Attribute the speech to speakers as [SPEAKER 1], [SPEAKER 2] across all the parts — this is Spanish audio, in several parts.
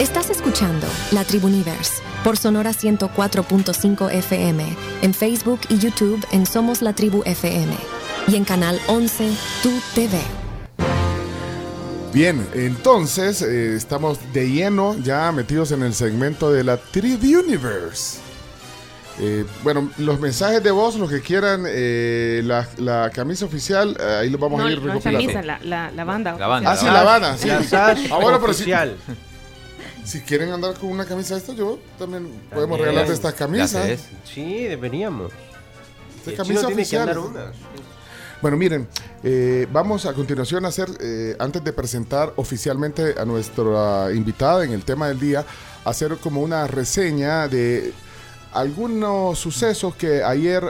[SPEAKER 1] Estás escuchando La Tribuniverse por Sonora 104.5 FM, en Facebook y YouTube en Somos la Tribu FM y en Canal 11 Tu TV.
[SPEAKER 2] Bien, entonces eh, estamos de lleno ya metidos en el segmento de la Tribuniverse. Eh, bueno, los mensajes de voz, los que quieran, eh, la, la camisa oficial, eh, ahí los vamos
[SPEAKER 3] No,
[SPEAKER 2] a ir
[SPEAKER 3] no es
[SPEAKER 2] recopilando.
[SPEAKER 3] camisa, la, la, la banda.
[SPEAKER 4] La banda.
[SPEAKER 2] Ah, sí, la banda, sí.
[SPEAKER 5] La sash
[SPEAKER 2] Ah, bueno, pero sí.
[SPEAKER 5] oficial.
[SPEAKER 2] Si quieren andar con una camisa esta, yo también, podemos
[SPEAKER 5] También.
[SPEAKER 2] regalar estas
[SPEAKER 4] Ya
[SPEAKER 2] camisas.
[SPEAKER 4] sé, es.
[SPEAKER 5] Sí, deberíamos.
[SPEAKER 2] Esta
[SPEAKER 5] El
[SPEAKER 2] camisa
[SPEAKER 5] chino tiene que
[SPEAKER 2] oficial.
[SPEAKER 5] andar unas.
[SPEAKER 2] Bueno, miren, eh, vamos a continuación a hacer, eh, antes de presentar oficialmente a nuestra invitada en el tema del día, hacer como una reseña de algunos sucesos que ayer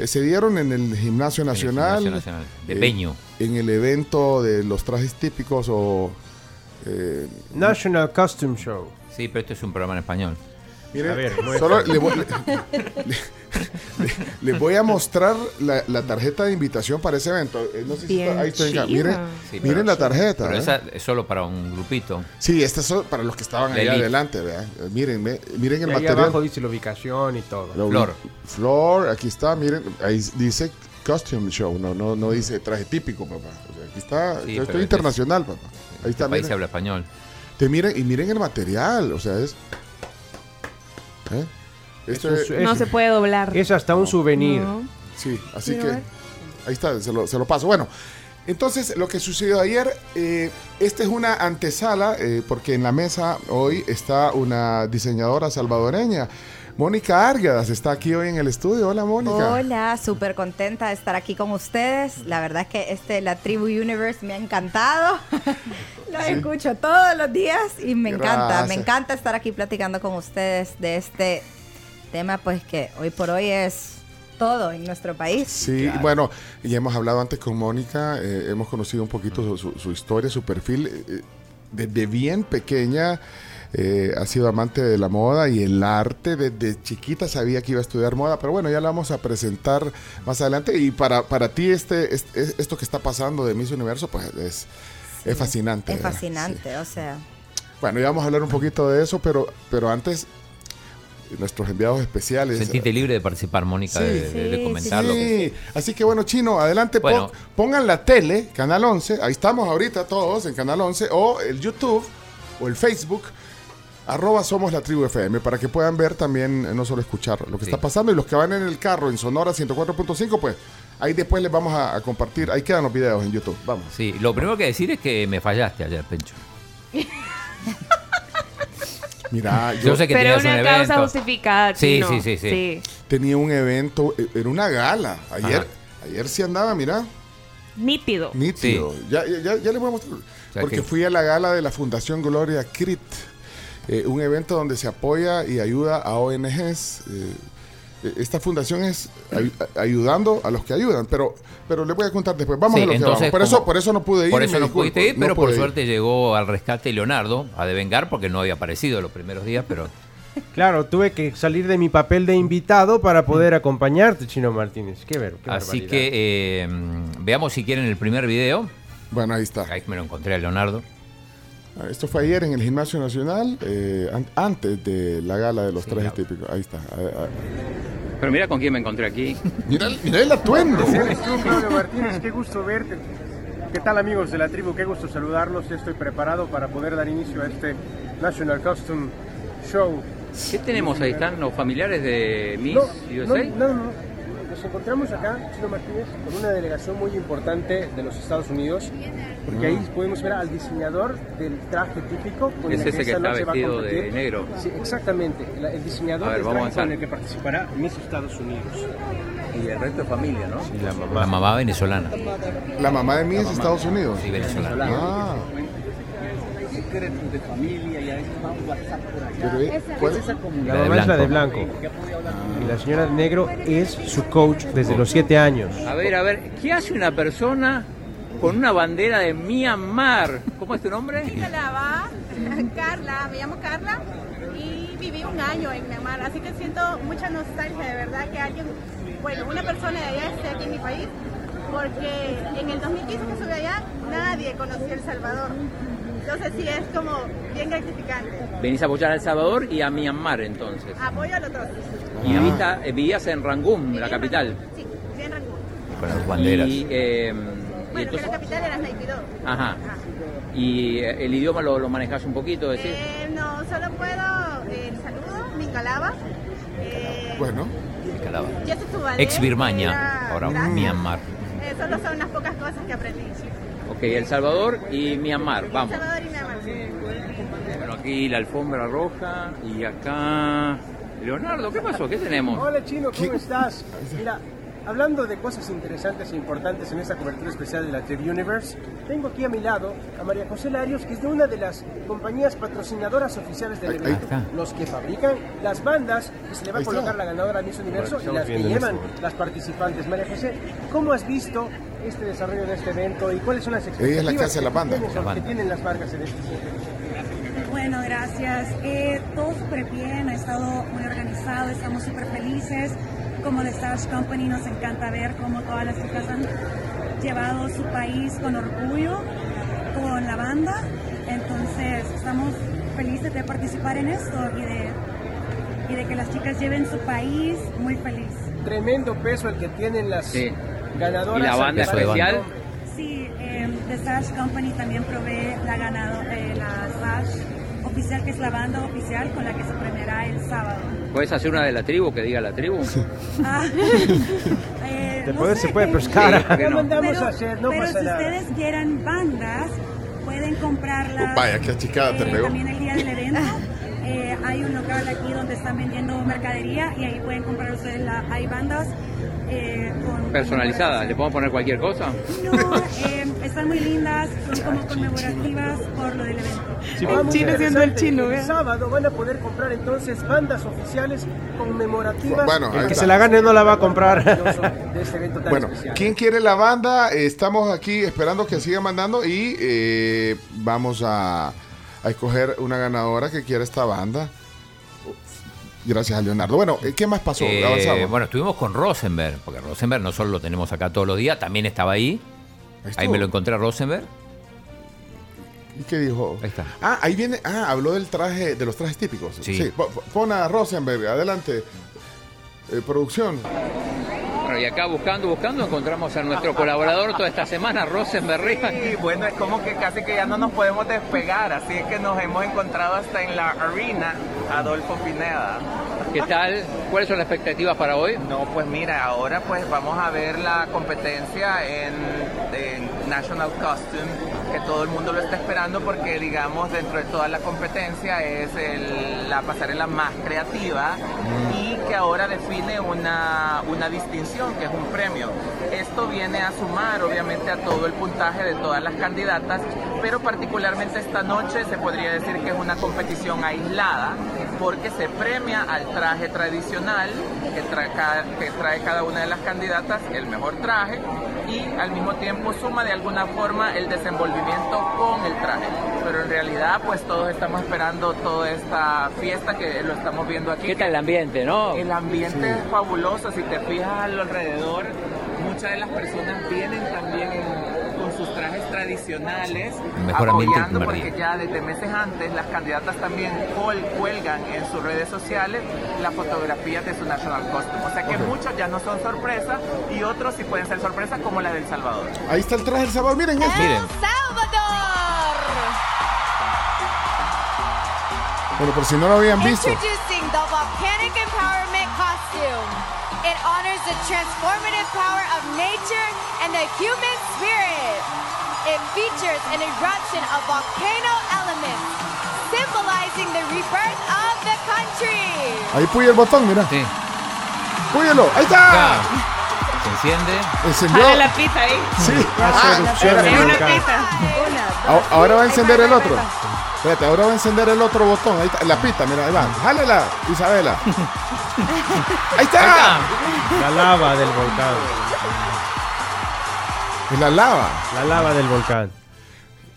[SPEAKER 2] eh, se dieron en el Gimnasio Nacional.
[SPEAKER 4] Gimnasio Nacional. De
[SPEAKER 2] eh,
[SPEAKER 4] Peño.
[SPEAKER 2] en el evento de los trajes típicos o... eh,
[SPEAKER 5] National Costume Show.
[SPEAKER 4] Sí, pero esto es un programa en español.
[SPEAKER 2] miren,
[SPEAKER 5] A ver, muestra.
[SPEAKER 2] solo le voy, le- le- les voy a mostrar la, la tarjeta de invitación para ese evento. Eh, no sé si está- ahí estoy en ca-
[SPEAKER 3] chiva.
[SPEAKER 2] Miren,
[SPEAKER 4] Sí, pero-
[SPEAKER 2] miren la tarjeta.
[SPEAKER 4] Pero
[SPEAKER 2] ¿eh?
[SPEAKER 4] esa es solo para un grupito. este
[SPEAKER 2] Sí, estas son para los que estaban
[SPEAKER 4] La
[SPEAKER 2] allá
[SPEAKER 4] elite.
[SPEAKER 2] adelante, ¿verdad? Eh, Miren, ve- miren el
[SPEAKER 5] Y ahí
[SPEAKER 2] material.
[SPEAKER 5] abajo dice la ubicación y todo.
[SPEAKER 2] La ubi-
[SPEAKER 4] Flor.
[SPEAKER 2] Flor, aquí está, miren, ahí dice costume show, no, no, no dice traje típico, papá. O sea, aquí está,
[SPEAKER 4] Sí,
[SPEAKER 2] esto
[SPEAKER 4] pero
[SPEAKER 2] es
[SPEAKER 4] este-
[SPEAKER 2] internacional, papá. Ahí
[SPEAKER 4] Este
[SPEAKER 2] está,
[SPEAKER 4] país
[SPEAKER 2] miren.
[SPEAKER 4] habla español.
[SPEAKER 2] Te miren y miren el material, o sea, es. ¿Eh? Esto
[SPEAKER 5] Es
[SPEAKER 2] es-
[SPEAKER 5] un-
[SPEAKER 3] No se puede doblar.
[SPEAKER 5] Es hasta un souvenir.
[SPEAKER 3] No.
[SPEAKER 2] sí, así
[SPEAKER 3] Quiero
[SPEAKER 2] que.
[SPEAKER 3] ver.
[SPEAKER 2] Ahí está, se lo, se lo paso. Bueno, entonces lo que sucedió ayer, eh, esta es una antesala, eh, porque en la mesa hoy está una diseñadora salvadoreña. Mónica Árgadas está aquí hoy en el estudio. Hola, Mónica.
[SPEAKER 6] Hola, súper contenta de estar aquí con ustedes. La verdad es que este la Tribu Universe me ha encantado. Lo escucho todos los días y me encanta, me
[SPEAKER 2] Gracias.
[SPEAKER 6] encanta estar aquí platicando con ustedes de este tema pues que hoy por hoy es todo en nuestro país.
[SPEAKER 2] Sí, bueno, ya hemos hablado antes con Mónica, eh, hemos conocido un poquito su- su, su historia, su perfil. eh, eh, Desde bien pequeña eh, ha sido amante de la moda y el arte. Desde chiquita sabía que iba a estudiar moda, pero bueno, ya la vamos a presentar más adelante. Y para, para ti, este, es- es- esto que está pasando de Miss Universo, pues es, es fascinante.
[SPEAKER 6] Es
[SPEAKER 2] ¿verdad?
[SPEAKER 6] fascinante, o sea,
[SPEAKER 2] Sí. Bueno, ya vamos a hablar un poquito de eso, pero, pero antes, nuestros enviados especiales.
[SPEAKER 4] Sentiste libre de participar, Mónica,
[SPEAKER 2] Sí.
[SPEAKER 4] de, de- de
[SPEAKER 3] Sí,
[SPEAKER 4] comentarlo.
[SPEAKER 2] Sí, así que bueno, Chino, adelante, pon-
[SPEAKER 4] Bueno.
[SPEAKER 2] pongan la tele, Canal 11, ahí estamos ahorita todos en Canal 11, o el YouTube, o el Facebook, arroba Somos la Tribu FM, para que puedan ver también, eh, no solo escuchar lo que
[SPEAKER 4] Sí.
[SPEAKER 2] está pasando, y los que van en el carro en Sonora 104.5, pues ahí después les vamos a, a compartir, ahí quedan los videos en YouTube, vamos.
[SPEAKER 4] Sí, lo primero que decir es que me fallaste ayer, Pencho.
[SPEAKER 2] Mira, yo
[SPEAKER 4] Yo sé que
[SPEAKER 3] Pero
[SPEAKER 4] tenías
[SPEAKER 3] una
[SPEAKER 4] un
[SPEAKER 3] causa
[SPEAKER 4] evento.
[SPEAKER 3] justificada.
[SPEAKER 4] Sí,
[SPEAKER 3] Chino.
[SPEAKER 4] sí, sí, sí.
[SPEAKER 2] tenía un evento, eh, era una gala, ayer, ayer sí andaba, mira.
[SPEAKER 3] Nítido.
[SPEAKER 2] Nítido. Ya, ya, ya- ya les voy a mostrar.
[SPEAKER 4] sea
[SPEAKER 2] Porque
[SPEAKER 4] que-
[SPEAKER 2] fui a la gala de la Fundación Gloria Crit, eh, un evento donde se apoya y ayuda a ONGs. eh, eh, esta fundación es ay- a- ayudando a los que ayudan, pero, pero les voy a contar después. Vamos
[SPEAKER 4] Sí,
[SPEAKER 2] a lo que
[SPEAKER 4] entonces,
[SPEAKER 2] vamos. Por
[SPEAKER 4] como-
[SPEAKER 2] eso, por eso no pude ir.
[SPEAKER 4] Por
[SPEAKER 2] me
[SPEAKER 4] eso no
[SPEAKER 2] disculpo,
[SPEAKER 4] pudiste ir, pero por
[SPEAKER 2] pude ir.
[SPEAKER 4] suerte llegó al rescate Leonardo a devengar porque no había aparecido los primeros días, pero
[SPEAKER 5] Claro, tuve que salir de mi papel de invitado para poder acompañarte, Chino Martínez. Qué ver, qué
[SPEAKER 4] así
[SPEAKER 5] barbaridad.
[SPEAKER 4] que eh, veamos si quieren el primer video.
[SPEAKER 2] Bueno, ahí está. Ah,
[SPEAKER 4] Ahí me lo encontré a Leonardo.
[SPEAKER 2] Esto fue ayer en el Gimnasio Nacional, eh, an- antes de la gala de los trajes
[SPEAKER 4] la-
[SPEAKER 2] típicos. Ahí está. A- a-
[SPEAKER 7] Pero mira con quién me encontré aquí.
[SPEAKER 2] Mira, el- mira el atuendo.
[SPEAKER 5] Eres tú, Claudio Martínez, qué gusto verte. ¿Qué tal amigos de la tribu? Qué gusto saludarlos. Ya Estoy preparado para poder dar inicio a este National Costume Show.
[SPEAKER 7] ¿Qué tenemos ahí? ¿Están los familiares de Miss
[SPEAKER 5] no,
[SPEAKER 7] USA?
[SPEAKER 5] no, no. Nos encontramos acá, Chino Martínez, con una delegación muy importante de los Estados Unidos, porque ahí podemos ver al diseñador del traje típico con
[SPEAKER 7] Mm. Es
[SPEAKER 5] el
[SPEAKER 7] ese que
[SPEAKER 5] esta
[SPEAKER 7] está
[SPEAKER 5] noche va a
[SPEAKER 7] vestido de
[SPEAKER 5] competir.
[SPEAKER 7] negro.
[SPEAKER 5] Sí, exactamente, la- el diseñador
[SPEAKER 7] A ver,
[SPEAKER 5] del
[SPEAKER 7] vamos a
[SPEAKER 5] traje con
[SPEAKER 7] avanzar.
[SPEAKER 5] el que participará Miss Estados Unidos.
[SPEAKER 7] Y el resto de familia, ¿no?
[SPEAKER 4] La mamá, venezolana.
[SPEAKER 2] La mamá de mí es de Estados Unidos.
[SPEAKER 4] Sí, venezolana.
[SPEAKER 2] Ah. Pero, eh, ¿puedo?
[SPEAKER 4] La de blanco.
[SPEAKER 5] y la señora de negro es su coach desde los 7 años.
[SPEAKER 7] A ver, a ver, ¿qué hace una persona con una bandera de Myanmar? ¿Cómo es tu nombre?
[SPEAKER 8] Carla, Carla, me llamo Carla y viví un año en Myanmar, así que siento mucha nostalgia de verdad que alguien, bueno, una persona de allá esté aquí en mi país, porque en el 2015 que estuve allá nadie conocía El Salvador.
[SPEAKER 6] Entonces sí es como bien gratificante.
[SPEAKER 7] Venís a apoyar a El Salvador y a Myanmar entonces.
[SPEAKER 6] Apoyo a los dos.
[SPEAKER 2] Ah,
[SPEAKER 7] Y ahorita eh, vivías en Rangún, la capital.
[SPEAKER 6] Sí, bien Rangún.
[SPEAKER 4] Con las banderas.
[SPEAKER 7] Y, eh, y
[SPEAKER 6] Bueno, que
[SPEAKER 7] entonces,
[SPEAKER 6] la capital era Naipidó.
[SPEAKER 7] ajá. Y eh, el idioma lo, lo manejás un poquito,
[SPEAKER 4] Pues
[SPEAKER 7] decís.
[SPEAKER 6] Eh, no, solo puedo eh, el saludo, Mincalaba. Eh,
[SPEAKER 2] Bueno,
[SPEAKER 4] Nicaragua.
[SPEAKER 6] Yasutubalé,
[SPEAKER 4] Ex Birmania,
[SPEAKER 6] era-
[SPEAKER 4] ahora
[SPEAKER 6] gracias.
[SPEAKER 4] Myanmar.
[SPEAKER 6] Eh, solo son unas pocas cosas que aprendí.
[SPEAKER 7] Ok, El Salvador y Myanmar, vamos.
[SPEAKER 6] Salvador y Myanmar.
[SPEAKER 7] Bueno, aquí la alfombra roja y acá... Leonardo, ¿qué pasó? ¿Qué tenemos?
[SPEAKER 9] Hola chino, ¿cómo estás? Mira, hablando de cosas interesantes e importantes en esta cobertura especial de la TV Universe, tengo aquí a mi lado a María José Larios, que es de una de las compañías patrocinadoras oficiales del
[SPEAKER 2] Ahí- ahí
[SPEAKER 9] evento.
[SPEAKER 4] está.
[SPEAKER 9] Los que fabrican las bandas y se le va a
[SPEAKER 2] Ahí está.
[SPEAKER 9] colocar la ganadora de Miss Universo y
[SPEAKER 10] estamos
[SPEAKER 9] las que
[SPEAKER 10] viendo en
[SPEAKER 9] llevan
[SPEAKER 10] este momento.
[SPEAKER 9] las participantes. María José, ¿cómo has visto este desarrollo de este evento y cuáles son las
[SPEAKER 2] es
[SPEAKER 9] expectativas
[SPEAKER 2] la que hace la banda.
[SPEAKER 9] tienes o
[SPEAKER 4] La
[SPEAKER 9] que
[SPEAKER 4] banda.
[SPEAKER 9] tienen las marcas en este evento?
[SPEAKER 11] Bueno, gracias. Eh, todo súper bien, ha estado muy organizado, estamos súper felices. Como The Stars Company nos encanta ver cómo todas las chicas han llevado su país con orgullo, con la banda. Entonces, estamos felices de participar en esto y de, y de que las chicas lleven su país muy feliz.
[SPEAKER 9] Tremendo peso el que tienen las
[SPEAKER 7] Sí.
[SPEAKER 9] ganadoras.
[SPEAKER 7] Y la
[SPEAKER 9] al
[SPEAKER 7] banda
[SPEAKER 9] llevar el
[SPEAKER 4] especial.
[SPEAKER 9] nombre.
[SPEAKER 11] Sí, eh, The Stars Company también provee la ganado, eh, la Sash oficial, que es la banda oficial con la que se premiará el sábado.
[SPEAKER 7] ¿Puedes hacer una de la tribu que diga la tribu?
[SPEAKER 11] Ah, eh,
[SPEAKER 10] Te
[SPEAKER 11] no
[SPEAKER 10] puede-
[SPEAKER 11] sé,
[SPEAKER 10] se puede
[SPEAKER 11] que-
[SPEAKER 10] pescar.
[SPEAKER 7] Sí, ¿por qué
[SPEAKER 9] No
[SPEAKER 7] no?
[SPEAKER 9] mandamos
[SPEAKER 11] pero,
[SPEAKER 9] a hacer, no
[SPEAKER 11] pero
[SPEAKER 9] pasa
[SPEAKER 11] si
[SPEAKER 9] nada.
[SPEAKER 11] ustedes quieran bandas, pueden comprarlas.
[SPEAKER 2] Oh, vaya, qué achicada te
[SPEAKER 11] eh,
[SPEAKER 2] pegó.
[SPEAKER 11] También el día del evento. eh, hay un local aquí donde están vendiendo mercadería y ahí pueden comprar ustedes la, hay bandas eh, con
[SPEAKER 7] Personalizada, ¿le podemos poner cualquier cosa?
[SPEAKER 11] No, eh, están muy lindas, son como conmemorativas por lo del evento.
[SPEAKER 10] Sí,
[SPEAKER 9] Vamos
[SPEAKER 10] vamos
[SPEAKER 9] a
[SPEAKER 10] a
[SPEAKER 9] ver.
[SPEAKER 10] ver.
[SPEAKER 3] siendo el chino,
[SPEAKER 9] El
[SPEAKER 10] ¿eh?
[SPEAKER 3] vea.
[SPEAKER 9] sábado van a poder comprar entonces bandas oficiales conmemorativas.
[SPEAKER 2] Bueno, ahí
[SPEAKER 9] de
[SPEAKER 10] El que
[SPEAKER 2] está.
[SPEAKER 10] se la gane no la va a comprar.
[SPEAKER 9] de este evento tan
[SPEAKER 2] Bueno,
[SPEAKER 9] especial.
[SPEAKER 2] ¿quién quiere la banda? Eh, Estamos aquí esperando que siga mandando y eh, vamos a, a escoger una ganadora que quiera esta banda. Gracias a Leonardo. Bueno, eh, ¿qué más pasó?
[SPEAKER 4] Eh,
[SPEAKER 2] Avanzamos.
[SPEAKER 4] bueno, estuvimos con Rosenberg, porque Rosenberg no solo lo tenemos acá todos los días, también estaba ahí. Ahí
[SPEAKER 2] estuvo.
[SPEAKER 4] me lo encontré a Rosenberg.
[SPEAKER 2] ¿Y qué dijo?
[SPEAKER 4] Ahí está.
[SPEAKER 2] Ah, ahí viene. Ah, habló del traje, de los trajes típicos.
[SPEAKER 4] Sí.
[SPEAKER 2] po- po- Pon a Rosenberg, adelante. Eh, producción.
[SPEAKER 7] Bueno, y acá buscando, buscando, encontramos a nuestro colaborador toda esta semana, Rosenberg Rivas.
[SPEAKER 5] Y bueno, es como que casi que ya no nos podemos despegar, así es que nos hemos encontrado hasta en la arena Adolfo Pineda.
[SPEAKER 7] ¿Qué tal? ¿Cuáles son las expectativas para hoy?
[SPEAKER 5] No, pues mira, ahora pues vamos a ver la competencia en, en National Costume, que todo el mundo lo está esperando porque digamos dentro de toda la competencia es el- la pasarela más creativa y que ahora define una, una distinción, que es un premio. Esto viene a sumar obviamente a todo el puntaje de todas las candidatas, pero particularmente esta noche se podría decir que es una competición aislada porque se premia al traje tradicional que trae, cada, que trae cada una de las candidatas el mejor traje y al mismo tiempo suma de alguna forma el desenvolvimiento con el traje. Pero en realidad pues todos estamos esperando toda esta fiesta que lo estamos viendo aquí.
[SPEAKER 7] ¿Qué tal el ambiente, no?
[SPEAKER 5] El ambiente es fabuloso, si te fijas a lo alrededor, muchas de las personas vienen también en- con sus trajes tradicionales,
[SPEAKER 4] El mejor ambiente del
[SPEAKER 5] apoyando
[SPEAKER 4] primer
[SPEAKER 5] porque
[SPEAKER 4] día.
[SPEAKER 5] ya desde meses antes las candidatas también col- cuelgan en sus redes sociales las fotografías de su national costume. O sea que muchos ya no son sorpresas y otros sí pueden ser sorpresas como la del Salvador.
[SPEAKER 2] Ahí está el traje del sabor. Miren esto.
[SPEAKER 4] Miren,
[SPEAKER 6] Salvador!
[SPEAKER 2] Bueno, por si no lo habían visto.
[SPEAKER 6] Introducing the Volcanic Empowerment Costume. It honors the transformative power of nature and the human spirit. It features an eruption of volcano elements, symbolizing the rebirth of the country.
[SPEAKER 2] Ahí puye el botón, mira.
[SPEAKER 4] sí,
[SPEAKER 2] Púyelo. Ahí
[SPEAKER 4] acá.
[SPEAKER 2] está.
[SPEAKER 4] Se enciende.
[SPEAKER 2] Encendió.
[SPEAKER 3] Jale la pita ahí.
[SPEAKER 2] Sí. Ah,
[SPEAKER 10] Producción
[SPEAKER 3] Hay una
[SPEAKER 10] acá.
[SPEAKER 3] pita.
[SPEAKER 2] a- ahora va a encender el otro. Espérate, ahora va a encender el otro botón. Ahí está. La pita, mira, ahí va. Jálela, Isabela. Ahí está.
[SPEAKER 10] La lava del volcán.
[SPEAKER 2] Es la lava.
[SPEAKER 10] La lava del volcán.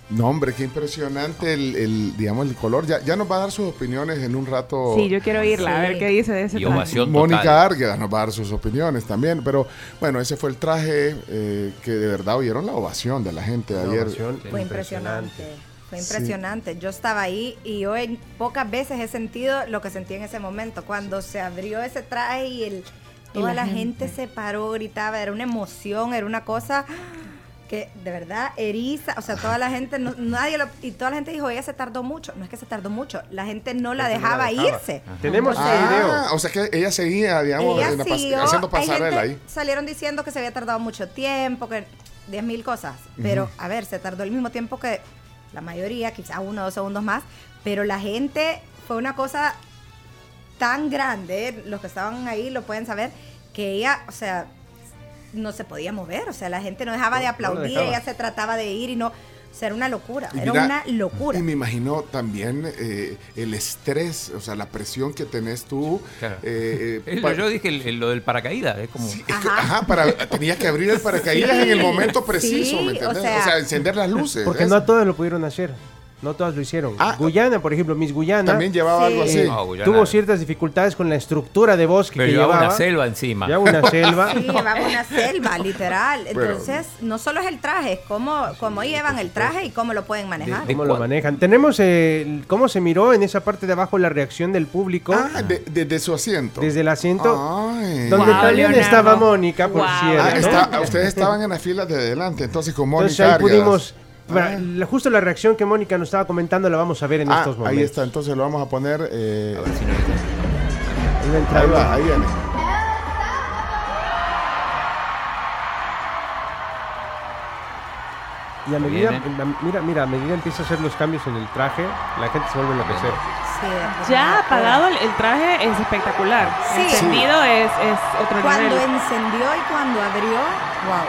[SPEAKER 2] No, hombre, qué impresionante el, el, digamos, el color. Ya, ya nos va a dar sus opiniones en un rato.
[SPEAKER 3] Sí, yo quiero irla, a ver qué dice de ese
[SPEAKER 4] Y
[SPEAKER 3] traje.
[SPEAKER 4] ovación
[SPEAKER 2] Mónica
[SPEAKER 4] total.
[SPEAKER 2] Argueda nos va a dar sus opiniones también. Pero bueno, ese fue el traje eh, que de verdad oyeron la ovación de la gente
[SPEAKER 10] La
[SPEAKER 2] ayer.
[SPEAKER 10] ovación
[SPEAKER 12] Fue impresionante.
[SPEAKER 6] Fue impresionante. Yo estaba ahí y yo en pocas veces he sentido lo que sentí en ese momento. Cuando se abrió ese traje y el, toda la,
[SPEAKER 13] la
[SPEAKER 6] gente. se paró, gritaba, era una emoción, era una cosa que de verdad eriza. O sea, toda la gente, no- nadie lo- y toda la gente dijo, ella se tardó mucho. No es que se tardó mucho, la gente no la dejaba, irse.
[SPEAKER 14] Tenemos
[SPEAKER 6] O sea,
[SPEAKER 2] Ah, o sea que ella seguía, digamos,
[SPEAKER 6] ella
[SPEAKER 2] en la pas-
[SPEAKER 6] siguió,
[SPEAKER 2] haciendo
[SPEAKER 6] hay gente-
[SPEAKER 2] pasarela ahí.
[SPEAKER 6] Salieron diciendo que se había tardado mucho tiempo, que 10 mil cosas. Pero,
[SPEAKER 2] Ujú.
[SPEAKER 6] a ver, se tardó el mismo tiempo que la mayoría, quizá uno o dos segundos más. Pero la gente fue una cosa tan grande, eh, los que estaban ahí lo pueden saber, que ella, o sea, no se podía mover. O sea, la gente no dejaba de
[SPEAKER 2] no la
[SPEAKER 6] aplaudir,
[SPEAKER 2] dejaba.
[SPEAKER 6] ella se trataba de ir y no. O sea, era una locura.
[SPEAKER 2] Y
[SPEAKER 6] Era
[SPEAKER 2] mira,
[SPEAKER 6] una locura.
[SPEAKER 2] Y me imagino también eh, el estrés, o sea, la presión que tenés tú. eh, eh,
[SPEAKER 4] Es lo-
[SPEAKER 2] pa-
[SPEAKER 4] Yo dije el- el- lo del paracaídas, es como...
[SPEAKER 2] Ajá, para, tenías que abrir el paracaídas en el momento preciso,
[SPEAKER 6] Sí,
[SPEAKER 2] ¿me entiendes?
[SPEAKER 6] o
[SPEAKER 2] O
[SPEAKER 6] sea-
[SPEAKER 2] sea, encender las luces.
[SPEAKER 14] Porque
[SPEAKER 2] ¿ves? Ah,
[SPEAKER 14] no a todos lo pudieron hacer. No todas lo hicieron. Guyana, por ejemplo, Miss Guyana.
[SPEAKER 2] También llevaba algo Sí. así.
[SPEAKER 4] No, Ah, Guyana.
[SPEAKER 14] tuvo ciertas dificultades con la estructura de bosque
[SPEAKER 4] Pero
[SPEAKER 14] que
[SPEAKER 4] llevaba
[SPEAKER 14] llevaba.
[SPEAKER 4] una selva encima.
[SPEAKER 14] Llevaba una selva.
[SPEAKER 6] Sí, llevaba una selva, literal.
[SPEAKER 14] Pero-
[SPEAKER 6] Entonces, no solo es el traje, es cómo, cómo llevan el traje y cómo lo pueden manejar.
[SPEAKER 14] ¿Cómo lo manejan? Tenemos eh, el- cómo se miró en esa parte de abajo la reacción del público.
[SPEAKER 2] desde su asiento.
[SPEAKER 14] Desde el asiento.
[SPEAKER 4] Ah.
[SPEAKER 2] Ay.
[SPEAKER 14] Donde
[SPEAKER 2] Wow,
[SPEAKER 14] también
[SPEAKER 2] Leonardo.
[SPEAKER 14] estaba Mónica, por cierto.
[SPEAKER 2] Ah, está- ustedes estaban en la fila de adelante, entonces con Mónica.
[SPEAKER 14] Entonces ahí
[SPEAKER 2] Arias.
[SPEAKER 14] pudimos. para- la- justo la reacción que Mónica nos estaba comentando la vamos a ver en
[SPEAKER 2] Ah,
[SPEAKER 14] estos momentos.
[SPEAKER 2] ahí está, entonces lo vamos a poner. eh,
[SPEAKER 14] Ahí va
[SPEAKER 2] ahí
[SPEAKER 14] entrando.
[SPEAKER 2] va, ahí viene.
[SPEAKER 14] Y a medida,
[SPEAKER 4] Viene.
[SPEAKER 14] la- mira, mira, a medida empieza a hacer los cambios en el traje, la gente se vuelve a enloquecer.
[SPEAKER 3] Ya apagado el, el traje es espectacular.
[SPEAKER 6] Sí.
[SPEAKER 3] El sentido es, es otro
[SPEAKER 6] Cuando
[SPEAKER 3] nivel.
[SPEAKER 6] encendió y cuando abrió, wow.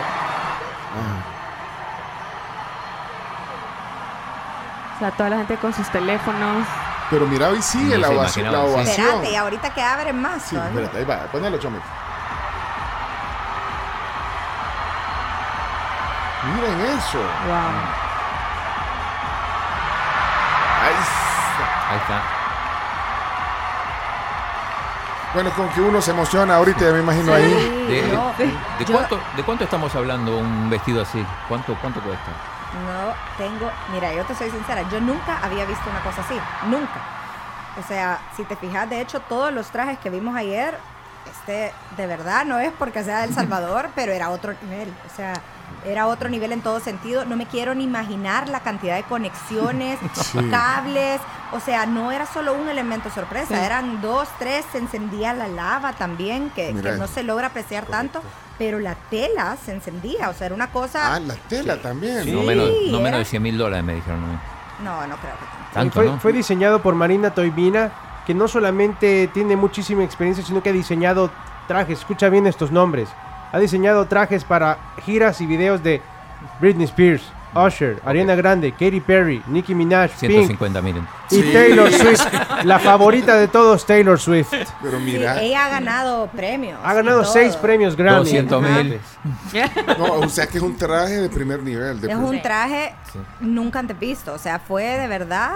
[SPEAKER 3] O sea, toda la gente con sus teléfonos.
[SPEAKER 2] Pero mira, hoy
[SPEAKER 4] No
[SPEAKER 2] sigue
[SPEAKER 4] se
[SPEAKER 2] la, ovaci-
[SPEAKER 4] imaginaba
[SPEAKER 2] la
[SPEAKER 4] así.
[SPEAKER 2] ovación.
[SPEAKER 6] Espérate, y ahorita que abren más.
[SPEAKER 2] Sí,
[SPEAKER 6] todavía.
[SPEAKER 2] espérate, ahí va, ponelo, Chomel. Miren eso.
[SPEAKER 3] Wow.
[SPEAKER 2] Ahí está.
[SPEAKER 4] Ahí está.
[SPEAKER 2] Bueno, con que uno se emociona ahorita, ya me imagino ahí.
[SPEAKER 4] ¿De, de-
[SPEAKER 6] no,
[SPEAKER 4] de
[SPEAKER 6] yo-
[SPEAKER 4] cuánto, ¿De cuánto estamos hablando un vestido así? ¿Cuánto, cuánto cuesta?
[SPEAKER 6] No tengo, mira, yo te soy sincera, yo nunca había visto una cosa así, nunca. O sea, si te fijas, de hecho, todos los trajes que vimos ayer, este, de verdad, no es porque sea de El Salvador, pero era otro nivel, o sea, era otro nivel en todo sentido. No me quiero ni imaginar la cantidad de conexiones,
[SPEAKER 13] Sí.
[SPEAKER 6] cables, o sea, no era solo un elemento sorpresa,
[SPEAKER 13] Sí.
[SPEAKER 6] eran dos, tres, se encendía la lava también, que,
[SPEAKER 2] Mira.
[SPEAKER 6] que no se logra apreciar tanto, pero la tela se encendía, o sea, era una cosa...
[SPEAKER 2] Ah, la tela también.
[SPEAKER 4] no menos, no
[SPEAKER 6] era-
[SPEAKER 4] menos de 100 mil dólares me dijeron. a mí.
[SPEAKER 6] No, no creo que
[SPEAKER 4] Tanto,
[SPEAKER 14] fue,
[SPEAKER 4] ¿no?
[SPEAKER 14] fue diseñado por Marina Toibina, que no solamente tiene muchísima experiencia, sino que ha diseñado trajes. Escucha bien estos nombres. Ha diseñado trajes para giras y videos de Britney Spears, Usher, Ariana Grande, Katy Perry, Nicki Minaj, Pink
[SPEAKER 4] 150 mil.
[SPEAKER 14] y Taylor Swift. La favorita de todos, Taylor Swift.
[SPEAKER 2] Pero
[SPEAKER 6] Sí, ella ha ganado premios.
[SPEAKER 14] Ha ganado
[SPEAKER 6] y todo.
[SPEAKER 14] seis premios Grammy.
[SPEAKER 4] 200 mil.
[SPEAKER 2] No, o sea que es un traje de primer nivel. De
[SPEAKER 6] eh. Es
[SPEAKER 2] primer-
[SPEAKER 6] un traje
[SPEAKER 2] Sí.
[SPEAKER 6] nunca antes visto. O sea, fue de verdad.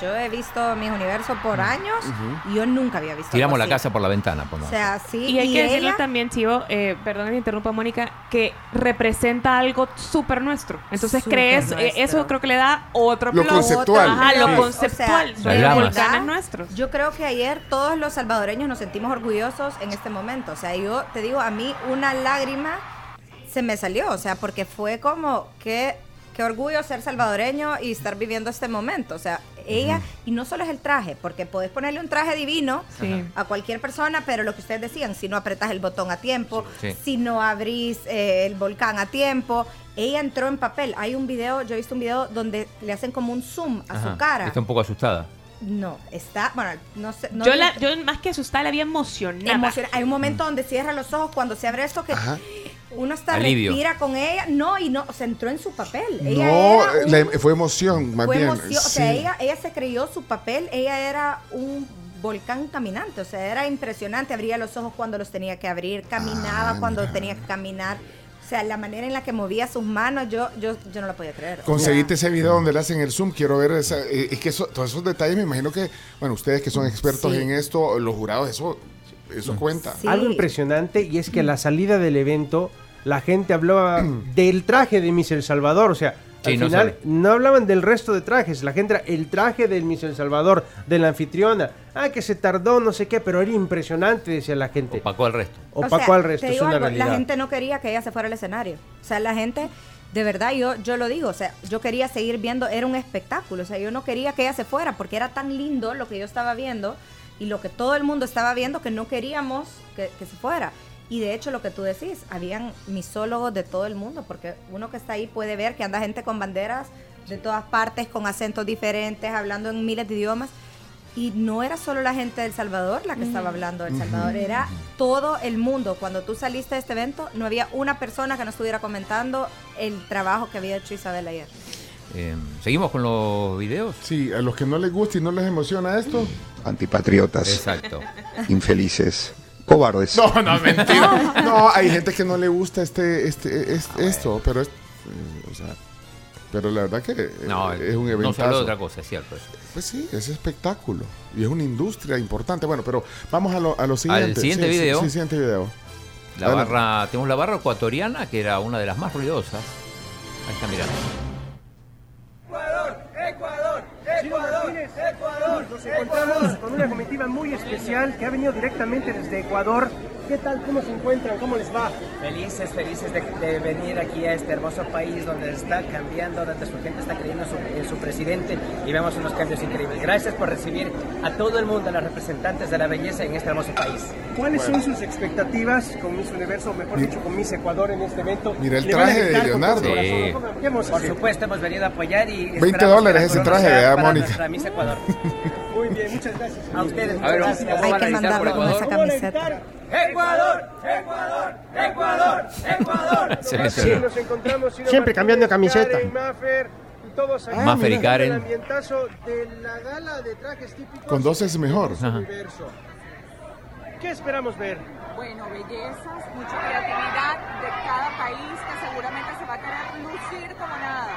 [SPEAKER 6] Yo he visto mis universos
[SPEAKER 14] Mm.
[SPEAKER 6] por años
[SPEAKER 4] Ujú.
[SPEAKER 6] y yo nunca había visto.
[SPEAKER 4] Tiramos
[SPEAKER 6] algo
[SPEAKER 4] la
[SPEAKER 6] así.
[SPEAKER 4] casa por la ventana. por
[SPEAKER 6] O
[SPEAKER 4] más.
[SPEAKER 6] sea, sí.
[SPEAKER 3] Y hay que decirlo
[SPEAKER 6] ella-
[SPEAKER 3] también, Chivo, eh, perdón que te interrumpa, Mónica, que representa algo súper nuestro. Entonces,
[SPEAKER 6] Súper
[SPEAKER 3] crees, eh,
[SPEAKER 6] nuestro.
[SPEAKER 3] eso creo que le da otro
[SPEAKER 2] Lo
[SPEAKER 3] plus.
[SPEAKER 2] conceptual.
[SPEAKER 3] Ajá, lo
[SPEAKER 2] Sí.
[SPEAKER 3] conceptual.
[SPEAKER 6] O sea,
[SPEAKER 3] de
[SPEAKER 6] de
[SPEAKER 3] los
[SPEAKER 6] verdad,
[SPEAKER 3] volcanes nuestros.
[SPEAKER 6] Yo creo que ayer todos los salvadoreños nos sentimos orgullosos en este momento. O sea, yo te digo, a mí una lágrima se me salió. O sea, porque fue como que. Qué orgullo ser salvadoreño y estar viviendo este momento. O sea, ella, y no solo es el traje, porque podés ponerle un traje divino
[SPEAKER 3] Sí.
[SPEAKER 6] a cualquier persona, pero lo que ustedes decían, si no apretas el botón a tiempo,
[SPEAKER 13] Sí, sí.
[SPEAKER 6] si no abrís eh, el volcán a tiempo, ella entró en papel. Hay un video, yo he visto un video donde le hacen como un zoom a
[SPEAKER 4] Ajá.
[SPEAKER 6] su cara.
[SPEAKER 4] Está un poco asustada.
[SPEAKER 6] No, está, bueno, no sé. No
[SPEAKER 3] yo, la- yo más que asustada la había emocionada.
[SPEAKER 6] Emociona- Hay un momento donde cierra los ojos cuando se abre esto que uno está
[SPEAKER 2] Alivio.
[SPEAKER 6] respira con ella. No, y no, se entró en su papel. Ella
[SPEAKER 2] No,
[SPEAKER 6] era un-
[SPEAKER 2] la em- fue emoción, más
[SPEAKER 6] fue
[SPEAKER 2] bien.
[SPEAKER 6] emoción, O sea,
[SPEAKER 2] sí.
[SPEAKER 6] ella, ella se creyó su papel, ella era un volcán caminante, o sea, era impresionante, abría los ojos cuando los tenía que abrir, caminaba
[SPEAKER 2] Ah,
[SPEAKER 6] cuando tenía que caminar, o sea, la manera en la que movía sus manos, yo, yo, yo no la podía creer. o
[SPEAKER 2] Conseguiste ese video donde le hacen el zoom, quiero ver esa, eh, es que eso- todos esos detalles, me imagino que, bueno, ustedes que son expertos
[SPEAKER 6] Sí.
[SPEAKER 2] en esto, los jurados, eso, eso cuenta.
[SPEAKER 14] Algo impresionante y es que a la salida del evento la gente hablaba del traje de Miss El Salvador, o sea,
[SPEAKER 4] Sí,
[SPEAKER 14] Al
[SPEAKER 4] no
[SPEAKER 14] final
[SPEAKER 4] sabe.
[SPEAKER 14] no, hablaban del resto de trajes. La gente era el traje del Miss El Salvador, de la anfitriona. Ah, que se tardó, no sé qué, pero era impresionante, decía la gente.
[SPEAKER 4] Opacó al resto.
[SPEAKER 14] Opacó
[SPEAKER 6] O sea,
[SPEAKER 14] al resto,
[SPEAKER 6] te
[SPEAKER 14] es
[SPEAKER 6] digo
[SPEAKER 14] una
[SPEAKER 6] algo,
[SPEAKER 14] realidad.
[SPEAKER 6] La gente no quería que ella se fuera al escenario. O sea, la gente, de verdad, yo, yo lo digo, o sea, yo quería seguir viendo, era un espectáculo. O sea, yo no quería que ella se fuera porque era tan lindo lo que yo estaba viendo y lo que todo el mundo estaba viendo que no queríamos que, que se fuera. Y de hecho, lo que tú decís, habían misólogos de todo el mundo, porque uno que está ahí puede ver que anda gente con banderas de todas partes, con acentos diferentes, hablando en miles de idiomas. Y no era solo la gente del Salvador la que estaba hablando del Salvador, era todo el mundo. Cuando tú saliste de este evento, no había una persona que no estuviera comentando el trabajo que había hecho Isabel ayer.
[SPEAKER 4] Eh, ¿Seguimos con los videos?
[SPEAKER 2] Sí, a los que no les gusta y no les emociona esto.
[SPEAKER 13] Antipatriotas.
[SPEAKER 4] Exacto.
[SPEAKER 13] Infelices. Cobardes.
[SPEAKER 2] No, no, mentira.
[SPEAKER 4] Ah.
[SPEAKER 2] No, hay gente que no le gusta este, este, es- esto, pero es, eh, o sea, pero la verdad que eh,
[SPEAKER 4] No,
[SPEAKER 2] es un evento.
[SPEAKER 4] no se habló de otra cosa, es cierto. eso.
[SPEAKER 2] Pues sí, es espectáculo y es una industria importante. Bueno, pero vamos a lo, a lo siguiente.
[SPEAKER 4] siguiente
[SPEAKER 2] Sí, sí,
[SPEAKER 4] video.
[SPEAKER 2] Sí, siguiente video.
[SPEAKER 4] La
[SPEAKER 2] Adelante.
[SPEAKER 4] barra, tenemos la barra ecuatoriana, que era una de las más ruidosas. Ahí está, mirá.
[SPEAKER 5] Ecuador, Ecuador, Ecuador. Nos encontramos con una comitiva muy especial que ha venido directamente desde Ecuador. ¿Qué tal? ¿Cómo se encuentran? ¿Cómo les va?
[SPEAKER 15] Felices, felices de, de venir aquí a este hermoso país donde está cambiando, donde su gente está creyendo en su, en su presidente y vemos unos cambios increíbles. Gracias por recibir a todo el mundo, a los representantes de la belleza en este hermoso país.
[SPEAKER 5] ¿Cuáles son sus expectativas con Miss Universo, o mejor dicho, con Miss Ecuador en este evento?
[SPEAKER 2] Mira el
[SPEAKER 5] ¿Le van a
[SPEAKER 2] traje de
[SPEAKER 5] gritar con todo
[SPEAKER 2] Leonardo.
[SPEAKER 5] su
[SPEAKER 2] Sí.
[SPEAKER 5] corazón? ¿Qué hemos
[SPEAKER 15] Por
[SPEAKER 5] hecho?
[SPEAKER 15] supuesto, hemos venido a apoyar y...
[SPEAKER 2] 20
[SPEAKER 15] esperamos que
[SPEAKER 2] dólares
[SPEAKER 15] la
[SPEAKER 2] ese
[SPEAKER 15] corona
[SPEAKER 2] traje,
[SPEAKER 15] sea
[SPEAKER 2] ¿verdad,
[SPEAKER 15] para
[SPEAKER 2] Mónica?
[SPEAKER 15] nuestra Miss Ecuador.
[SPEAKER 5] Muy bien, muchas gracias.
[SPEAKER 15] A ustedes,
[SPEAKER 5] Muchas
[SPEAKER 15] A ver,
[SPEAKER 5] gracias.
[SPEAKER 15] ¿cómo Hay van a que gritar por mandarlo con Ecuador? esa
[SPEAKER 5] ¿Cómo van a
[SPEAKER 15] camiseta.
[SPEAKER 5] gritar? Ecuador, Ecuador, Ecuador, Ecuador.
[SPEAKER 4] Se
[SPEAKER 5] Así
[SPEAKER 4] mencionó.
[SPEAKER 5] nos encontramos, Ciro
[SPEAKER 14] Siempre cambiando de camiseta.
[SPEAKER 5] Karen, Maffer, y todos
[SPEAKER 16] Ah,
[SPEAKER 5] aquí.
[SPEAKER 4] Maffer y Karen.
[SPEAKER 5] El ambientazo de la gala de trajes típicos
[SPEAKER 2] Con dos es mejor.
[SPEAKER 5] de Universo. ¿Qué esperamos ver?
[SPEAKER 17] Bueno, bellezas, mucha creatividad de cada país que seguramente se va a querer lucir como nada.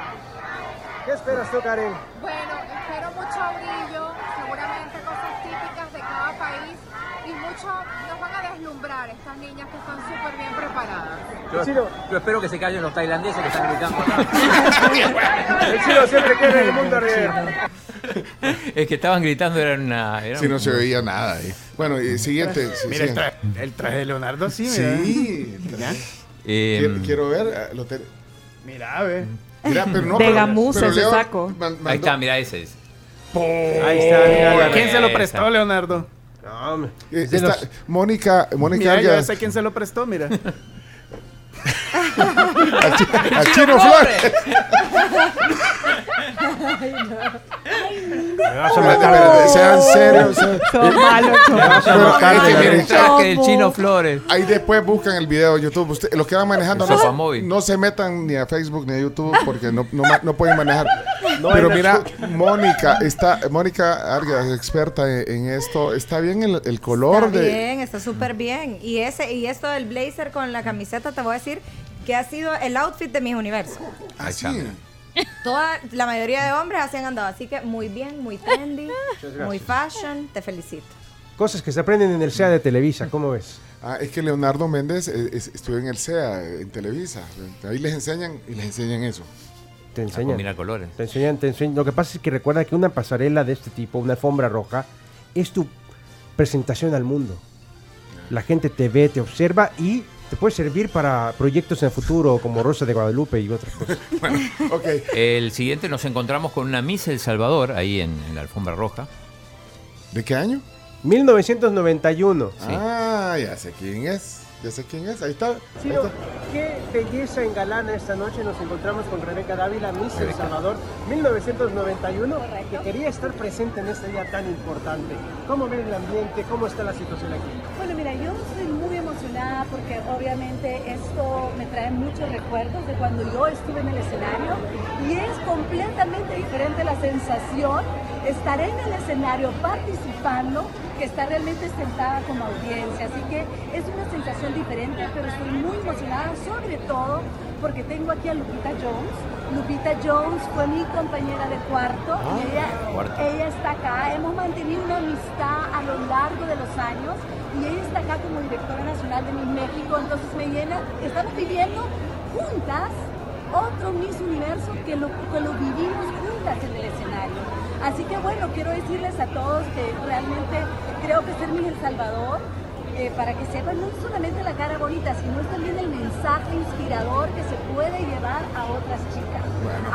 [SPEAKER 5] ¿Qué esperas tú, Karen?
[SPEAKER 17] Bueno, espero mucho brillo, seguramente cosas típicas de cada país y mucho nos van a deslumbrar estas niñas que están súper bien preparadas.
[SPEAKER 7] Yo, yo espero que se callen los tailandeses que están gritando.
[SPEAKER 5] El Ciro siempre quiere el mundo real.
[SPEAKER 4] Es que estaban gritando, era una. Era
[SPEAKER 2] Si no se veía nada. ahí. Bueno, y siguiente. sí,
[SPEAKER 16] Mira, el
[SPEAKER 2] siguiente.
[SPEAKER 16] traje, el traje de Eh, Leonardo, sí,
[SPEAKER 2] Sí,
[SPEAKER 16] mira.
[SPEAKER 4] Eh,
[SPEAKER 2] Quiero, quiero ver. ah, Lo te-
[SPEAKER 16] Mira, ve.
[SPEAKER 2] Mira, pero no,
[SPEAKER 3] De
[SPEAKER 2] pero-
[SPEAKER 3] gamuza
[SPEAKER 2] pero
[SPEAKER 3] ese
[SPEAKER 2] Leo
[SPEAKER 3] saco.
[SPEAKER 2] man- mandó-
[SPEAKER 4] Ahí está, mirá, ese es.
[SPEAKER 16] Ahí está, mira, mira. ¿Quién se lo
[SPEAKER 4] Esa.
[SPEAKER 16] prestó, Leonardo?
[SPEAKER 2] Eh,
[SPEAKER 16] Se
[SPEAKER 2] está-
[SPEAKER 16] los-
[SPEAKER 2] Mónica, Mónica
[SPEAKER 16] Mira, ya
[SPEAKER 2] Arias,
[SPEAKER 16] sé quién se lo prestó, mira.
[SPEAKER 2] al, chi- al Chino Flores. Sean serios. sean-
[SPEAKER 3] Son malos, son
[SPEAKER 2] Pero
[SPEAKER 3] malos.
[SPEAKER 4] Son
[SPEAKER 2] hay que
[SPEAKER 4] malos.
[SPEAKER 2] miren,
[SPEAKER 4] El traje del Chino Flores.
[SPEAKER 2] Ahí después buscan el video de YouTube. Usted- los que van manejando
[SPEAKER 4] El
[SPEAKER 2] no,
[SPEAKER 4] Sofamóvil.
[SPEAKER 2] no se metan ni a Facebook ni a YouTube porque no, no ma- no pueden manejar.
[SPEAKER 14] No
[SPEAKER 2] Pero
[SPEAKER 14] hay
[SPEAKER 2] mira, Mónica, está, Mónica Argas, experta en, en esto. Está bien el, el color
[SPEAKER 6] Está
[SPEAKER 2] de.
[SPEAKER 6] bien, está súper bien. Y ese y esto del blazer con la camiseta, te voy a decir que ha sido el outfit de mis universo.
[SPEAKER 2] Ah, sí.
[SPEAKER 6] Toda la mayoría de hombres así han andado, así que muy bien, muy trendy, muy fashion, te felicito.
[SPEAKER 14] Cosas que se aprenden en el SEA de Televisa, ¿cómo ves?
[SPEAKER 2] Ah, es que Leonardo Méndez eh, es- estuvo en el SEA, en Televisa. Ahí les enseñan y les enseñan eso.
[SPEAKER 14] Te
[SPEAKER 4] A
[SPEAKER 14] enseñan.
[SPEAKER 4] combinar colores.
[SPEAKER 14] Te enseñan, te enseñan. Lo que pasa es que recuerda que una pasarela de este tipo, una alfombra roja, es tu presentación al mundo. La gente te ve, te observa y te puede servir para proyectos en el futuro como Rosa de Guadalupe y otras cosas.
[SPEAKER 2] Ok.
[SPEAKER 4] El siguiente nos encontramos con una Miss El Salvador, ahí en, en la alfombra roja.
[SPEAKER 2] ¿De qué año?
[SPEAKER 14] 1991.
[SPEAKER 2] Ah, ya sé quién es. Ya sé quién es. Ahí está. Ahí
[SPEAKER 5] Ciro,
[SPEAKER 2] está.
[SPEAKER 5] qué belleza engalana esta noche. Nos encontramos con Rebeca Dávila, Miss El
[SPEAKER 4] Rebeca.
[SPEAKER 5] Salvador 1991, que quería estar presente en este día tan importante. ¿Cómo ven el ambiente? ¿Cómo está la situación aquí?
[SPEAKER 11] Bueno, mira, yo estoy muy emocionada porque obviamente esto me trae muchos recuerdos de cuando yo estuve en el escenario y es completamente diferente la sensación de estar en el escenario participando que estar realmente sentada como audiencia. Así que es una sensación diferente, pero estoy muy emocionada sobre todo porque tengo aquí a Lupita Jones. Lupita Jones fue mi compañera de cuarto y ella
[SPEAKER 4] Cuarto.
[SPEAKER 11] ella está acá, hemos mantenido una amistad a lo largo de los años y ella está acá como directora nacional de Miss México, entonces me llena, estamos viviendo juntas otro Miss Universo que lo, que lo vivimos juntas en el escenario. Así que bueno, quiero decirles a todos que realmente creo que ser Miss El Salvador, eh, para que sepan, no es solamente la cara bonita, sino es también el mensaje inspirador que se puede llevar a otras chicas.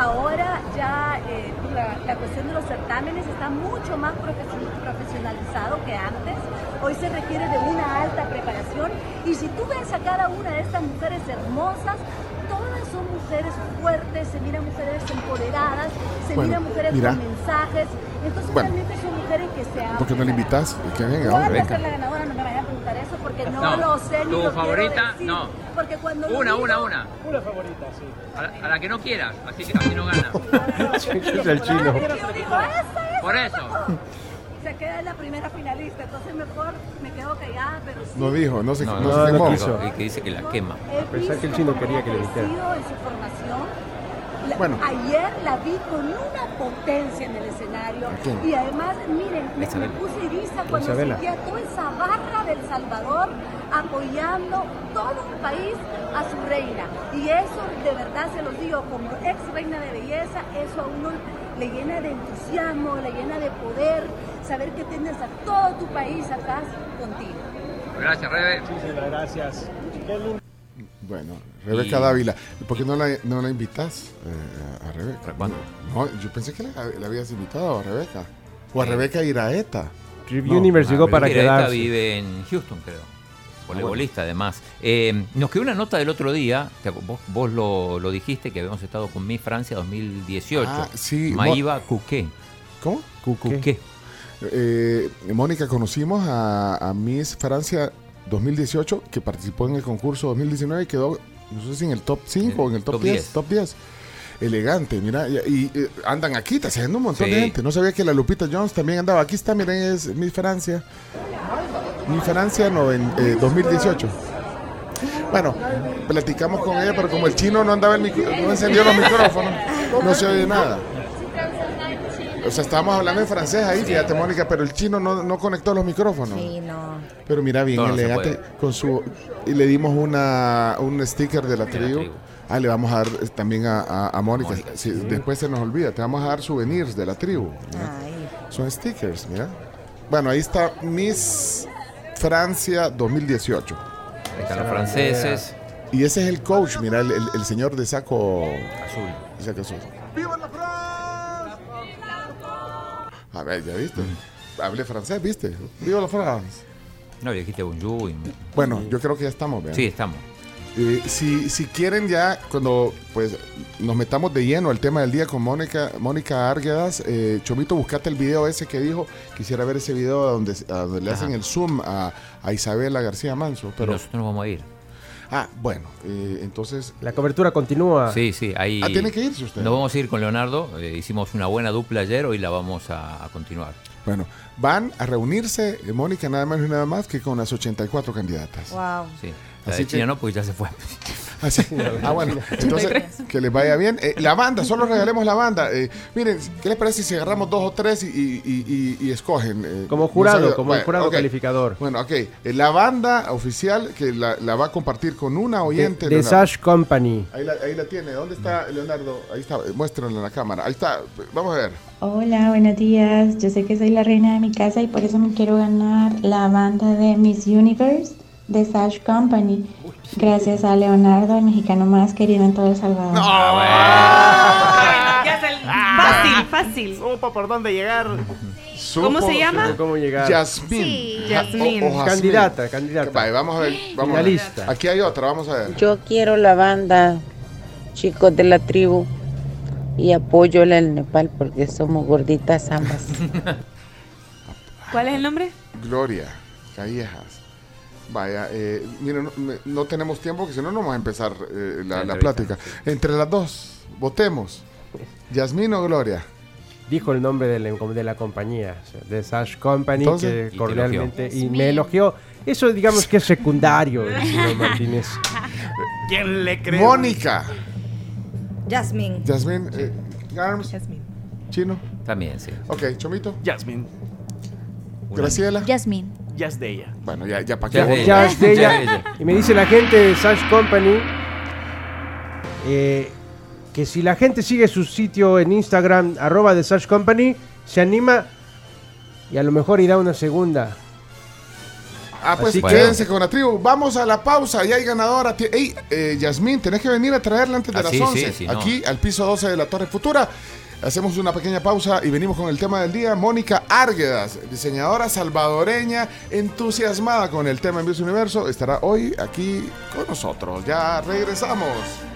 [SPEAKER 11] Ahora ya eh, la, la cuestión de los certámenes está mucho más profes- profesionalizado que antes. Hoy se requiere de una alta preparación y si tú ves a cada una de estas mujeres hermosas, todas son mujeres fuertes, se miran mujeres empoderadas, se
[SPEAKER 2] Bueno,
[SPEAKER 11] miran mujeres
[SPEAKER 2] mira.
[SPEAKER 11] con mensajes. Entonces
[SPEAKER 2] Bueno.
[SPEAKER 11] realmente son mujeres que se aman.
[SPEAKER 2] ¿Por qué no la invitas? Que venga,
[SPEAKER 11] ¿Cuál va
[SPEAKER 2] hombre.
[SPEAKER 11] a ser la ganadora? No me vayan a preguntar eso porque no,
[SPEAKER 7] No.
[SPEAKER 11] lo sé ni
[SPEAKER 7] ¿Tu
[SPEAKER 11] lo quiero
[SPEAKER 7] favorita?
[SPEAKER 11] decir.
[SPEAKER 7] No.
[SPEAKER 11] Porque cuando lo
[SPEAKER 7] Una,
[SPEAKER 11] digo-
[SPEAKER 7] una, una.
[SPEAKER 18] Una favorita, sí.
[SPEAKER 7] A la, a la que no quieras, así, así no gana.
[SPEAKER 5] Es el chino.
[SPEAKER 11] Yo digo, "Esa es,
[SPEAKER 7] Por
[SPEAKER 11] esa
[SPEAKER 7] eso.
[SPEAKER 11] es". Se queda en la primera finalista, entonces mejor me quedo callada, pero sí.
[SPEAKER 2] No dijo, no se,
[SPEAKER 4] No,
[SPEAKER 2] no,
[SPEAKER 4] no,
[SPEAKER 2] se
[SPEAKER 4] no
[SPEAKER 2] quemó.
[SPEAKER 4] quiso. Y que dice que la quema.
[SPEAKER 11] He
[SPEAKER 5] Pensar que el
[SPEAKER 11] visto
[SPEAKER 5] chino
[SPEAKER 11] cómo
[SPEAKER 5] quería que le
[SPEAKER 11] ha
[SPEAKER 5] dijera.
[SPEAKER 11] crecido en su formación. La-
[SPEAKER 5] Bueno.
[SPEAKER 11] Ayer la vi con una potencia en el escenario.
[SPEAKER 5] quién?
[SPEAKER 11] Y además, miren, me,
[SPEAKER 5] Isabela.
[SPEAKER 11] me puse eriza cuando
[SPEAKER 5] Isabela.
[SPEAKER 11] sentía toda esa barra del Salvador apoyando todo un país a su reina. Y eso, de verdad, se los digo, como ex reina de belleza, eso a uno le llena de entusiasmo, le llena de poder, saber que tienes a todo tu país atrás contigo.
[SPEAKER 7] Gracias, Rebe.
[SPEAKER 18] Muchísimas gracias. Qué lindo.
[SPEAKER 2] Bueno, Rebeca
[SPEAKER 7] Y-
[SPEAKER 2] Dávila. ¿Por qué no la, no la invitas eh, a Rebeca?
[SPEAKER 4] cuándo?
[SPEAKER 2] No, yo pensé que la, la habías invitado a Rebeca. O
[SPEAKER 4] Eh.
[SPEAKER 2] a Rebeca Iraeta.
[SPEAKER 5] Review Universe llegó para
[SPEAKER 4] Rebeca
[SPEAKER 5] quedarse. Ah,
[SPEAKER 4] vive en Houston, creo. Voleibolista, además. Eh, nos quedó una nota del otro día, te acu- vos, vos lo, lo dijiste, que habíamos estado con Miss Francia 2018.
[SPEAKER 2] Ah, sí,
[SPEAKER 4] Maiva Cuqué.
[SPEAKER 2] ¿Cómo?
[SPEAKER 4] Cuqué.
[SPEAKER 2] Eh, Mónica, conocimos a, a Miss Francia 2018, que participó en el concurso 2019 y quedó, no sé si en el top 5 o en el top,
[SPEAKER 4] top
[SPEAKER 2] 10,
[SPEAKER 4] 10.
[SPEAKER 2] Top 10. Elegante, mira, y, y, eh, andan aquí, está haciendo un montón de
[SPEAKER 4] Sí.
[SPEAKER 2] gente. No sabía que la Lupita Jones también andaba. Aquí está, miren, es Miss Francia. Miss Francia noven- eh, 2018. Bueno, platicamos con ella, pero como el chino no andaba el micro- no encendió los micrófonos, no se oye nada. O sea, estábamos hablando en francés ahí, fíjate, Mónica, pero el chino no, no conectó los micrófonos.
[SPEAKER 19] Sí, no.
[SPEAKER 2] Pero mira, bien
[SPEAKER 4] No, no se
[SPEAKER 2] elegante con su y le dimos una un sticker de la tribu. Ah, le vamos a dar eh, también a, a- a Mónica. Sí, Después se nos olvida, te vamos a dar souvenirs de la tribu. mira. Son stickers, mira. Bueno, ahí está Miss Francia 2018.
[SPEAKER 4] Ahí están los franceses.
[SPEAKER 2] Y ese es el coach, mira, el, el- el señor de saco
[SPEAKER 4] azul.
[SPEAKER 2] Saco azul. A ver, ya viste. Hablé francés, viste. Viva la Francia.
[SPEAKER 4] No, le dijiste bonjour. y-
[SPEAKER 2] Bueno, yo creo que ya estamos, ¿verdad?
[SPEAKER 4] Sí, estamos.
[SPEAKER 2] Eh, si, si quieren ya, cuando pues nos metamos de lleno al tema del día con Mónica, Mónica Arguedas, eh, Chomito, buscate el video ese que dijo, quisiera ver ese video donde, a donde le
[SPEAKER 4] Ajá.
[SPEAKER 2] hacen el zoom a, a Isabela García Manso. Pero,
[SPEAKER 4] nosotros nos vamos a ir.
[SPEAKER 2] Ah, bueno, eh, entonces...
[SPEAKER 5] La cobertura continúa.
[SPEAKER 4] Sí, sí, ahí.
[SPEAKER 2] Ah, tiene que irse usted.
[SPEAKER 4] Nos vamos a ir con Leonardo. eh, hicimos una buena dupla ayer, hoy la vamos a, a continuar.
[SPEAKER 2] Bueno, van a reunirse, eh, Mónica, nada más y nada más que con las 84 candidatas.
[SPEAKER 19] Wow.
[SPEAKER 4] Sí. La
[SPEAKER 2] Así
[SPEAKER 4] de China
[SPEAKER 2] que-
[SPEAKER 4] no, porque ya se fue.
[SPEAKER 2] Así. Ah, bueno. Entonces, que les vaya bien. Eh, la banda, solo regalemos la banda. Eh, miren, ¿qué les parece si agarramos dos o tres y, y- y- y- y escogen? Eh,
[SPEAKER 5] Como jurado,
[SPEAKER 2] no sabe-
[SPEAKER 5] como jurado
[SPEAKER 2] ok.
[SPEAKER 5] calificador.
[SPEAKER 2] Bueno, ok. Eh, la banda oficial que la, la va a compartir con una oyente.
[SPEAKER 5] De, de
[SPEAKER 2] Leonardo.
[SPEAKER 5] Sash Company.
[SPEAKER 2] Ahí la, ahí la tiene. ¿Dónde está Leonardo? Ahí está. Eh, Muéstrenlo en la cámara. Ahí está. Vamos a ver.
[SPEAKER 6] Hola, buenos días. Yo sé que soy la reina de mi casa y por eso me quiero ganar la banda de Miss Universe de Sash Company. Gracias a Leonardo, el mexicano más querido en todo El Salvador.
[SPEAKER 3] Ya es el-
[SPEAKER 6] Ah.
[SPEAKER 3] Fácil, fácil.
[SPEAKER 20] Supo por dónde llegar.
[SPEAKER 3] ¿Cómo se llama?
[SPEAKER 5] ¿Cómo llegar?
[SPEAKER 2] Yasmín.
[SPEAKER 3] Sí,
[SPEAKER 2] Ja-
[SPEAKER 3] Yasmín.
[SPEAKER 5] Candidata, candidata.
[SPEAKER 2] Vale, vamos a ver. Vamos a ver.
[SPEAKER 5] Finalista.
[SPEAKER 2] Aquí hay otra. Vamos a ver.
[SPEAKER 21] Yo quiero la banda, chicos de la tribu, y apoyo en el Nepal porque somos gorditas ambas.
[SPEAKER 3] ¿Cuál es el nombre?
[SPEAKER 2] Gloria Callejas. Vaya, eh, miren, no, me- no tenemos tiempo porque si no, no vamos a empezar eh, la, la plática. Entre las dos, votemos. Yasmín o Gloria.
[SPEAKER 5] Dijo el nombre de la, de la compañía, o sea, de Sash Company,
[SPEAKER 2] Entonces- Y te
[SPEAKER 5] que
[SPEAKER 2] elogió.
[SPEAKER 5] cordialmente y me elogió. Eso digamos que es secundario, el señor Martínez.
[SPEAKER 20] ¿Quién le cree?
[SPEAKER 2] Mónica.
[SPEAKER 19] Jasmine.
[SPEAKER 2] Yasmín, eh, Garms. Chino.
[SPEAKER 4] También, sí.
[SPEAKER 2] Ok, Chomito.
[SPEAKER 20] Jasmine.
[SPEAKER 2] Graciela.
[SPEAKER 22] Jasmine.
[SPEAKER 20] Just de ella.
[SPEAKER 2] Bueno, ya, ya para
[SPEAKER 4] Ya
[SPEAKER 2] qué.
[SPEAKER 5] Ya es de ella. Y me dice la gente de Sash Company eh, que si la gente sigue su sitio en Instagram, arroba de Search Company, se anima y a lo mejor irá una segunda.
[SPEAKER 2] Ah, pues
[SPEAKER 5] Así que-
[SPEAKER 2] quédense con la tribu. Vamos a la pausa. Ya hay ganadora. Ti- Ey, eh, Yasmín, tenés que venir a traerla antes de
[SPEAKER 4] Ah,
[SPEAKER 2] las
[SPEAKER 4] sí, sí,
[SPEAKER 2] 11.
[SPEAKER 4] sí, no.
[SPEAKER 2] aquí, al piso 12 de la Torre Futura. Hacemos una pequeña pausa y venimos con el tema del día. Mónica Árguedas, diseñadora salvadoreña, entusiasmada con el tema en Vice Universo, estará hoy aquí con nosotros. Ya regresamos.